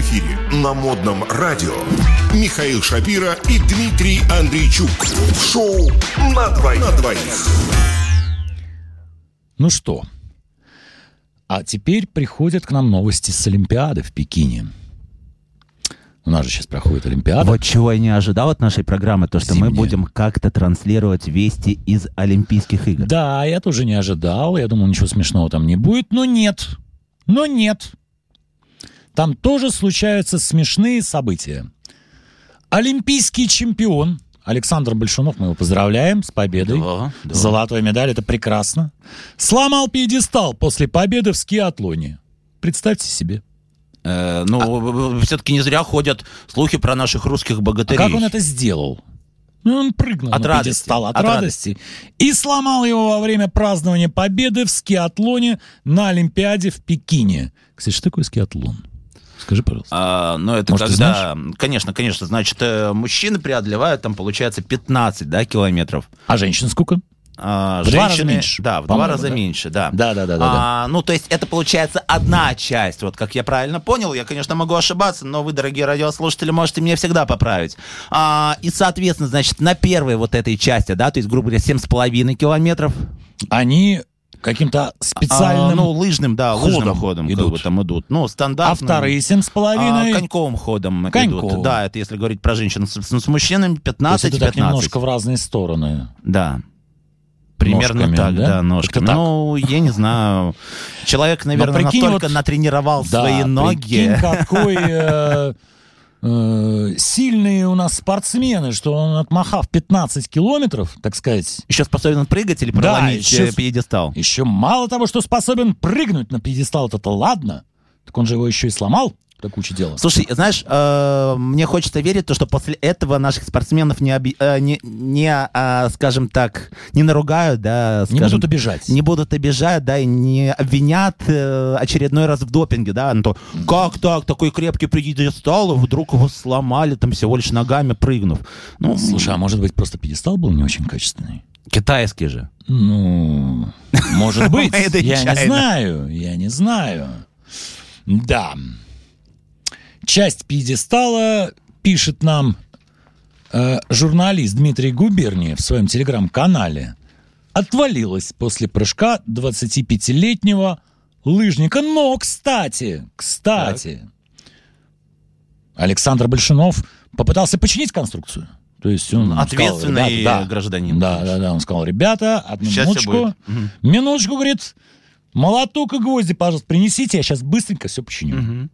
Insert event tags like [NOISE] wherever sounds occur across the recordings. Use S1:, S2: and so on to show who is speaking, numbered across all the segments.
S1: эфире на модном радио Михаил Шапира и Дмитрий Андрейчук. В шоу на двоих. На двоих.
S2: Ну что, а теперь приходят к нам новости с Олимпиады в Пекине. У нас же сейчас проходит Олимпиада.
S3: Вот чего я не ожидал от нашей программы, то, что мы
S2: Зимняя.
S3: будем как-то транслировать вести из Олимпийских игр.
S2: Да, я тоже не ожидал. Я думал, ничего смешного там не будет. Но нет. Но нет. Там тоже случаются смешные события. Олимпийский чемпион Александр Большунов, мы его поздравляем с победой.
S3: Да, да.
S2: Золотая медаль, это прекрасно. Сломал пьедестал после победы в скиатлоне. Представьте себе. А
S4: Э, ну, все-таки не зря ходят слухи про наших русских
S2: А
S4: богатырей.
S2: как он это сделал? Ну, он прыгнул
S4: От
S2: на
S4: радости.
S2: пьедестал от,
S4: От
S2: радости. и сломал его во время празднования победы в скиатлоне на Олимпиаде в Пекине. Кстати, что такое скиатлон? Скажи, пожалуйста.
S4: А, ну, это
S2: Может, ты
S4: когда... Конечно, конечно. Значит, э, мужчины преодолевают, там, получается, 15, да, километров.
S2: А женщин сколько?
S4: А,
S2: В два раза
S4: женщины-
S2: меньше,
S4: Да, в два
S2: по-моему,
S4: раза
S2: да?
S4: меньше, да.
S2: Да-да-да-да-да.
S4: А, ну, то есть это получается одна часть, вот как я правильно понял. Я, конечно, могу ошибаться, но вы, дорогие радиослушатели, можете меня всегда поправить. А, и, соответственно, значит, на первой вот этой части, да, то есть, грубо говоря, 7,5 километров.
S2: Они каким-то специальным...
S4: А, ну, лыжным, да, лыжным
S2: ходом
S4: ходом как
S2: идут.
S4: бы там идут. Ну, стандартно.
S2: а вторые семь с
S4: А,
S2: половиной...
S4: коньковым ходом
S2: Коньковым.
S4: идут. Да, это если говорить про женщин с, с мужчинами,
S2: То есть
S4: 15-15.
S2: это так немножко в разные стороны.
S4: Да. Примерно
S2: Ножками,
S4: так,
S2: да?
S4: да, ножки.
S2: Это так.
S4: Ну, я не знаю. Человек, наверное,
S2: прикинь,
S4: настолько
S2: вот-
S4: натренировал
S2: Да,
S4: свои ноги.
S2: прикинь,
S4: [LAUGHS]
S2: какой э, э, сильные у нас спортсмены, что он, отмахав 15 километров, так сказать,
S4: Еще способен прыгать или
S2: Да,
S4: проломить
S2: еще
S4: э,
S2: с-
S4: пьедестал.
S2: Еще мало того, что способен прыгнуть на пьедестал, это ладно. Так он же его еще и сломал, до кучи дела.
S4: Слушай, знаешь, э, мне хочется верить, то, что после этого наших спортсменов не, оби- э, не, не, а, скажем так, не наругают, да,
S2: Не
S4: скажем,
S2: будут обижать.
S4: не будут обижать, да, и не обвинят э, очередной раз в допинге, да, на то, как так, такой крепкий пьедестал, и вдруг его сломали там всего лишь ногами прыгнув. Ну,
S2: Слушай, а может быть, просто пьедестал был не очень качественный?
S4: китайский же.
S2: Ну,
S4: [LAUGHS]
S2: может быть.
S4: Это
S2: Я не
S4: нечаянно.
S2: знаю, я не знаю. Да. Часть пьедестала пишет нам э, журналист Дмитрий Губерниев в своем телеграм-канале. Отвалилась после прыжка 25-летнего лыжника. Но, кстати, кстати, Александр Большунов попытался починить конструкцию. То есть он сказал,
S4: Ну, Ответственный э,
S2: «Ребята, да,
S4: гражданин,
S2: Да,
S4: конечно.
S2: да, да. Он сказал, ребята, одну
S4: Сейчас всё
S2: минуточку.
S4: будет. Мгм.
S2: Минуточку, говорит, молоток и гвозди, пожалуйста, принесите, я сейчас быстренько все починю.
S4: Мгм.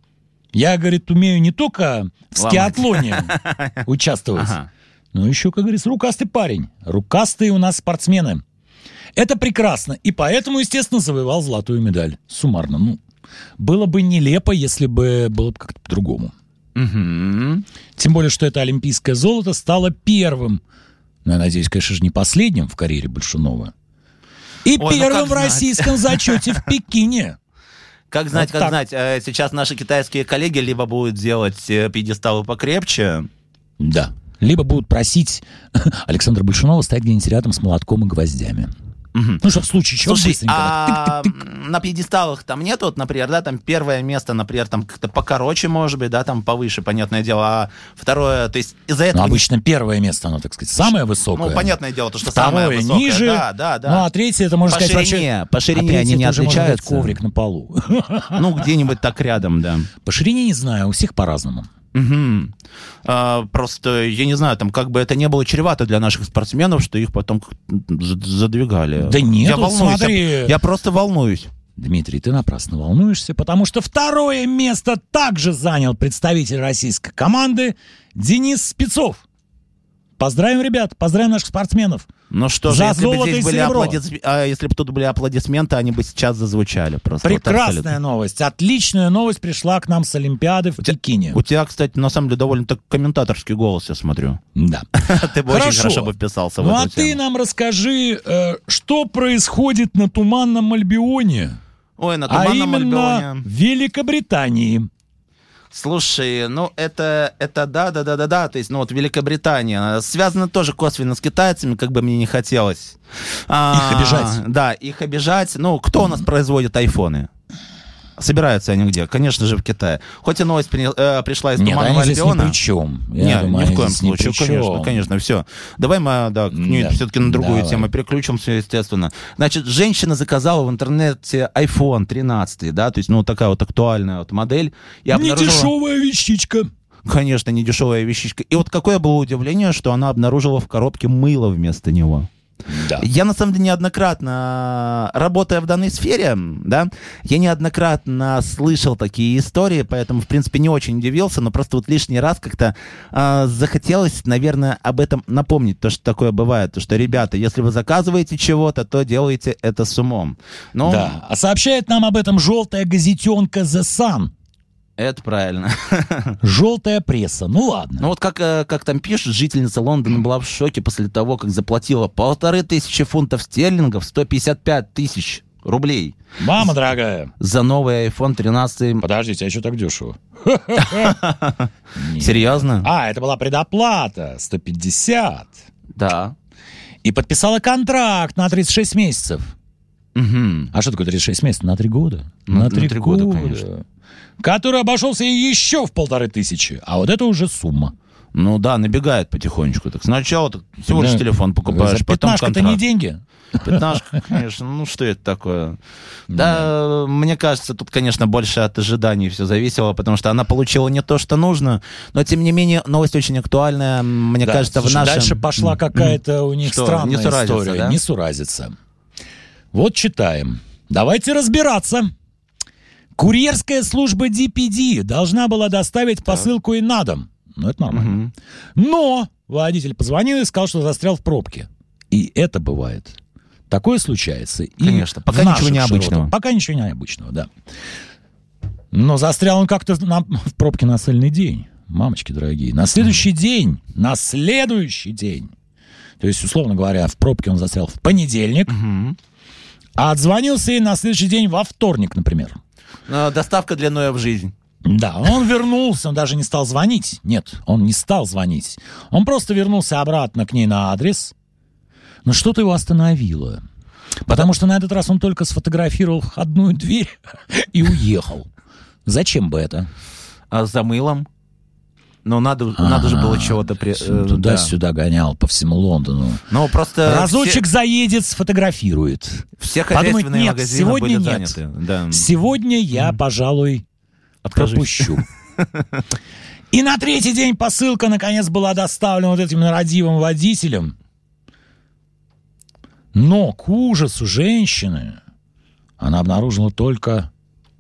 S2: Я, говорит, умею не только в
S4: Ломать. [LAUGHS]
S2: скиатлоне участвовать,
S4: Ага.
S2: но еще, как говорится, рукастый парень. Рукастые у нас спортсмены. Это прекрасно. И поэтому, естественно, завоевал золотую медаль. Суммарно. Ну, было бы нелепо, если бы было бы как-то по-другому.
S4: Мгм.
S2: Тем более, что это олимпийское золото стало первым, ну, я надеюсь, конечно же, не последним в карьере Большунова, и
S4: ну
S2: первым в
S4: как знать.
S2: российском зачете
S4: [LAUGHS]
S2: в Пекине.
S4: Как знать,
S2: Вот
S4: как
S2: так.
S4: знать, э, сейчас наши китайские коллеги либо будут делать э, пьедесталы покрепче,
S2: Да. Либо будут просить [LAUGHS] Александра Большунова стоять где-нибудь рядом с молотком и гвоздями.
S4: Мгм.
S2: Ну что, в случае чего
S4: Слушай,
S2: быстренько.
S4: а
S2: так, тык-тык-тык.
S4: на пьедесталах там нет, вот, например, да, там первое место, например, там как-то покороче, может быть, да, там повыше, понятное дело, а второе, то есть из-за
S2: Ну,
S4: этого... не-
S2: обычно первое место, оно, так сказать, самое высокое.
S4: Ну, понятное дело, то, что
S2: Второе
S4: самое высокое.
S2: ниже.
S4: Да, да, да.
S2: Ну, а третье, это можно
S4: по
S2: сказать вообще...
S4: ширине, по
S2: а
S4: ширине
S2: третье
S4: они не
S2: это уже, можно сказать,
S4: отличаются.
S2: коврик на полу. [LAUGHS]
S4: Ну, где-нибудь так рядом, да.
S2: По ширине не знаю, у всех по-разному.
S4: Мгм. А, просто, я не знаю, там как бы это не было чревато для наших спортсменов, что их потом как-то за- задвигали.
S2: Да нет,
S4: я
S2: вот
S4: волнуюсь,
S2: смотри.
S4: Я, я просто волнуюсь.
S2: Дмитрий, ты напрасно волнуешься, потому что второе место также занял представитель российской команды Денис Спецов. Поздравим, ребят, поздравим наших спортсменов.
S4: Ну что же,
S2: За
S4: если бы
S2: золото и
S4: здесь были
S2: серебро.
S4: аплодис- а, если бы тут были аплодисменты, они бы сейчас зазвучали просто. вот
S2: Прекрасная
S4: абсолютно.
S2: новость, отличная новость пришла к нам с Олимпиады в Пекине.
S4: У тебя, кстати, на самом деле довольно так комментаторский голос, я смотрю. [LAUGHS]
S2: Да.
S4: Ты бы очень
S2: Хорошо.
S4: хорошо бы вписался в
S2: Ну а
S4: эту
S2: ты
S4: тему.
S2: нам расскажи, э, что происходит на Туманном Альбионе,
S4: Ой, на
S2: а
S4: туманном
S2: именно в
S4: Альбионе.
S2: Великобритании.
S4: Слушай, ну это, это да, да, да, да, да, то есть, ну вот Великобритания, э, связано тоже косвенно с китайцами, как бы мне не хотелось. А,
S2: Их обижать.
S4: Да, их обижать. Ну, кто у нас производит айфоны? Собираются они где? Конечно же, в Китае. Хоть и новость при- э, пришла из
S2: Нет,
S4: Туманного
S2: они здесь ни
S4: Альбиона.
S2: при чем.
S4: Нет, ни в коем случае, конечно, конечно, все. Давай мы, да,
S2: Да,
S4: все-таки на другую
S2: давай.
S4: тему переключимся, естественно. Значит, женщина заказала в интернете iPhone 13, да, то есть, ну, такая вот актуальная вот модель. И
S2: Не
S4: обнаружила-
S2: дешевая вещичка.
S4: Конечно, не дешевая вещичка. И вот какое было удивление, что она обнаружила в коробке мыло вместо него.
S2: Да.
S4: Я на самом деле неоднократно, э, работая в данной сфере, да, я неоднократно слышал такие истории, поэтому, в принципе, не очень удивился, но просто вот лишний раз как-то а, захотелось, наверное, об этом напомнить, то, что такое бывает, то, что, ребята, если вы заказываете чего-то, то делайте это с умом. Ну,
S2: Да. А сообщает нам об этом желтая газетенка The Sun.
S4: это правильно.
S2: Желтая пресса. Ну ладно.
S4: Ну вот как, э, как там пишут, жительница Лондона была в шоке после того, как заплатила полторы тысячи фунтов стерлингов, 155 тысяч рублей
S2: Мама дорогая,
S4: за новый iPhone 13
S2: подождите, а еще так дешево? Нет.
S4: Серьезно?
S2: [LAUGHS] А, это была предоплата 150.
S4: Да.
S2: И подписала контракт на 36 месяцев.
S4: Мгм.
S2: А что такое 36 месяцев? На 3 года.
S4: Ну, На- на
S2: три
S4: три года, конечно.
S2: Который обошелся ей еще в полторы тысячи. А вот это уже сумма.
S4: Ну да, набегает потихонечку. Так сначала ты всего лишь
S2: Да.
S4: телефон покупаешь,
S2: За
S4: потом
S2: пятнашка-то не
S4: контракт.
S2: деньги.
S4: Пятнашка, конечно. Ну что это такое? Да, мне кажется, тут, конечно, больше от ожиданий все зависело, потому что она получила не то, что нужно, но тем не менее новость очень актуальная. Мне
S2: Да,
S4: кажется, в
S2: слушай,
S4: нашем...
S2: Дальше пошла какая-то у них
S4: Что,
S2: странная
S4: не суразится,
S2: история.
S4: да?
S2: Не суразится. Вот читаем. Давайте разбираться. Курьерская служба DPD должна была доставить посылку и на дом. Ну, это нормально.
S4: Мгм.
S2: Но водитель позвонил и сказал, что застрял в пробке. И это бывает. Такое случается. И
S4: Конечно, пока
S2: в
S4: ничего
S2: наших
S4: необычного.
S2: широтах. Пока ничего необычного, да. Но застрял он как-то на- в пробке на сольный день. Мамочки дорогие. На следующий день, на следующий день. То есть, условно говоря, в пробке он застрял в понедельник,
S4: Мгм.
S2: а отзвонился и на следующий день во вторник, например.
S4: Э, Доставка длиною в жизнь.
S2: Да, он вернулся, он даже не стал звонить. Нет, он не стал звонить. Он просто вернулся обратно к ней на адрес. Но что-то его остановило. Потому что на этот раз он только сфотографировал входную дверь [LAUGHS] и уехал. Зачем бы это?
S4: А за мылом? Ну, надо, надо же было
S2: А,
S4: чего-то... при- э, да.
S2: Туда-сюда гонял по всему Лондону.
S4: Ну, просто...
S2: Разочек заедет, сфотографирует.
S4: Все, все
S2: подумать,
S4: хозяйственные
S2: нет,
S4: магазины
S2: сегодня
S4: были
S2: нет.
S4: заняты. Да.
S2: Сегодня я, пожалуй,
S4: Откажусь. [LAUGHS]
S2: пропущу. И на третий день посылка наконец была доставлена вот этим нерадивым водителем. Но к ужасу женщины она обнаружила только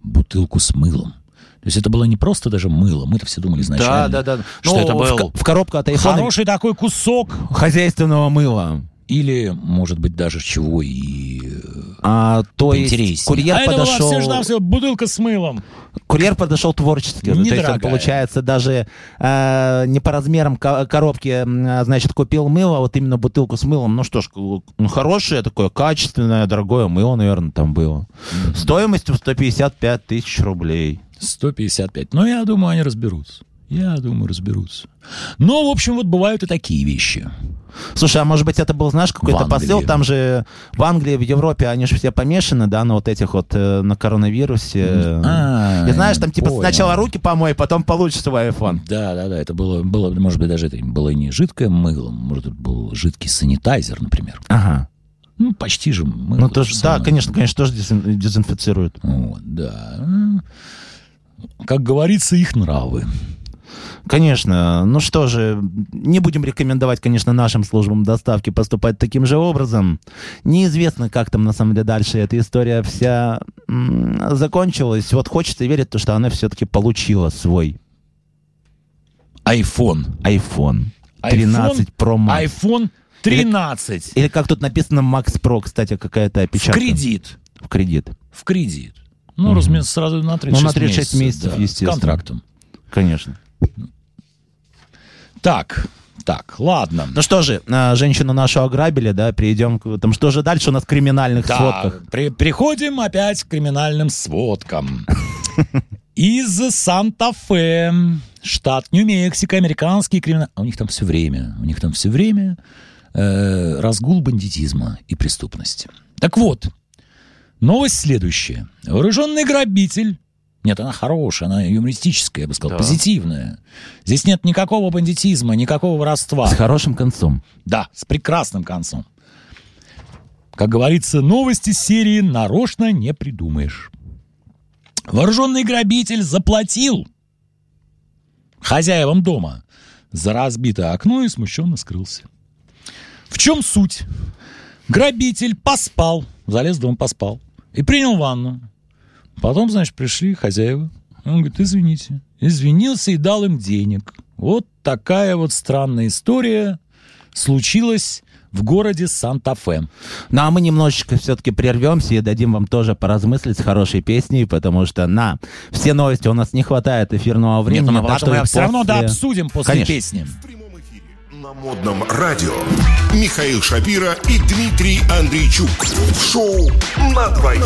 S2: бутылку с мылом. То есть это было не просто даже мыло, мы-то все думали изначально.
S4: Да, да, да.
S2: Что
S4: Ну,
S2: это
S4: в
S2: был?
S4: ко- В коробку от айфона.
S2: Хороший такой кусок
S4: хозяйственного мыла.
S2: или, может быть, даже чего и э,
S4: А, то есть
S2: поинтереснее.
S4: курьер
S2: а это
S4: подошел,
S2: была все, бутылка с мылом.
S4: курьер подошел творчески, то есть он
S2: Недорогая.
S4: получается даже э, не по размерам ко- коробки, м, а, значит, купил мыло, а вот именно бутылку с мылом. Ну что ж, ну, хорошее такое, качественное, дорогое мыло, наверное, там было. Стоимостью в 155 тысяч рублей.
S2: 155. Но я думаю, они разберутся. Я думаю, разберутся. Но, в общем, вот бывают и такие вещи.
S4: Слушай, а может быть это был, знаешь, какой-то
S2: В Англии.
S4: посыл? Там же в Англии, в Европе, они же все помешаны, да, на вот этих вот э, на коронавирусе.
S2: А,
S4: И Эм, знаешь, там типа
S2: понял.
S4: сначала руки помой, потом получишь свой iPhone.
S2: Да, да, да, это было, было, может быть, даже это было и не жидкое мыло, может, это был жидкий санитайзер, например.
S4: Ага.
S2: Ну, почти же мыло.
S4: Ну, тоже,
S2: самое.
S4: да, конечно, конечно, тоже дезин- дезинфицируют.
S2: Вот, да. Как говорится, их нравы.
S4: Конечно. Ну что же, не будем рекомендовать, конечно, нашим службам доставки поступать таким же образом. Неизвестно, как там на самом деле дальше эта история вся м, закончилась. Вот хочется верить, то, что она все-таки получила свой
S2: Айфон.
S4: iPhone 13 Pro Max.
S2: Айфон 13.
S4: Или как тут написано Max Pro, кстати, какая-то
S2: В
S4: опечатка.
S2: кредит.
S4: В кредит,
S2: В кредит. Ну, разумеется, сразу на 36
S4: Ну, на 36 месяцев,
S2: да,
S4: естественно.
S2: С контрактом.
S4: конечно.
S2: Так, так, ладно.
S4: Ну что же, э, женщину нашу ограбили, да, перейдем к... Там что же дальше у нас в криминальных
S2: Да,
S4: сводках?
S2: при- приходим опять к криминальным сводкам. Из Санта-Фе, штат Нью-Мексико, американские криминальные... У них там все время, у них там все время э, разгул бандитизма и преступности. Так вот, новость следующая. Вооруженный грабитель Нет, она хорошая, она юмористическая, я бы сказал,
S5: Да.
S2: позитивная. Здесь нет никакого бандитизма, никакого воровства.
S4: С хорошим концом.
S2: Да, с прекрасным концом. Как говорится, новости серии нарочно не придумаешь. Вооруженный грабитель заплатил хозяевам дома за разбитое окно и смущенно скрылся. В чем суть? Грабитель поспал, залез в дом, поспал, и принял ванну. Потом, значит, пришли хозяева. Он говорит, извините. Извинился и дал им денег. Вот такая вот странная история случилась в городе Санта-Фе.
S4: Ну а мы немножечко все-таки прервемся и дадим вам тоже поразмыслить с хорошей песней, потому что на все новости у нас не хватает эфирного времени.
S5: ну, ладно,
S4: так что
S5: мы
S4: и
S5: всё
S2: Все равно да
S4: после-
S2: обсудим после
S4: Конечно.
S2: песни.
S1: В прямом эфире на модном радио Михаил Шапира и Дмитрий Андрейчук. В шоу на двоих.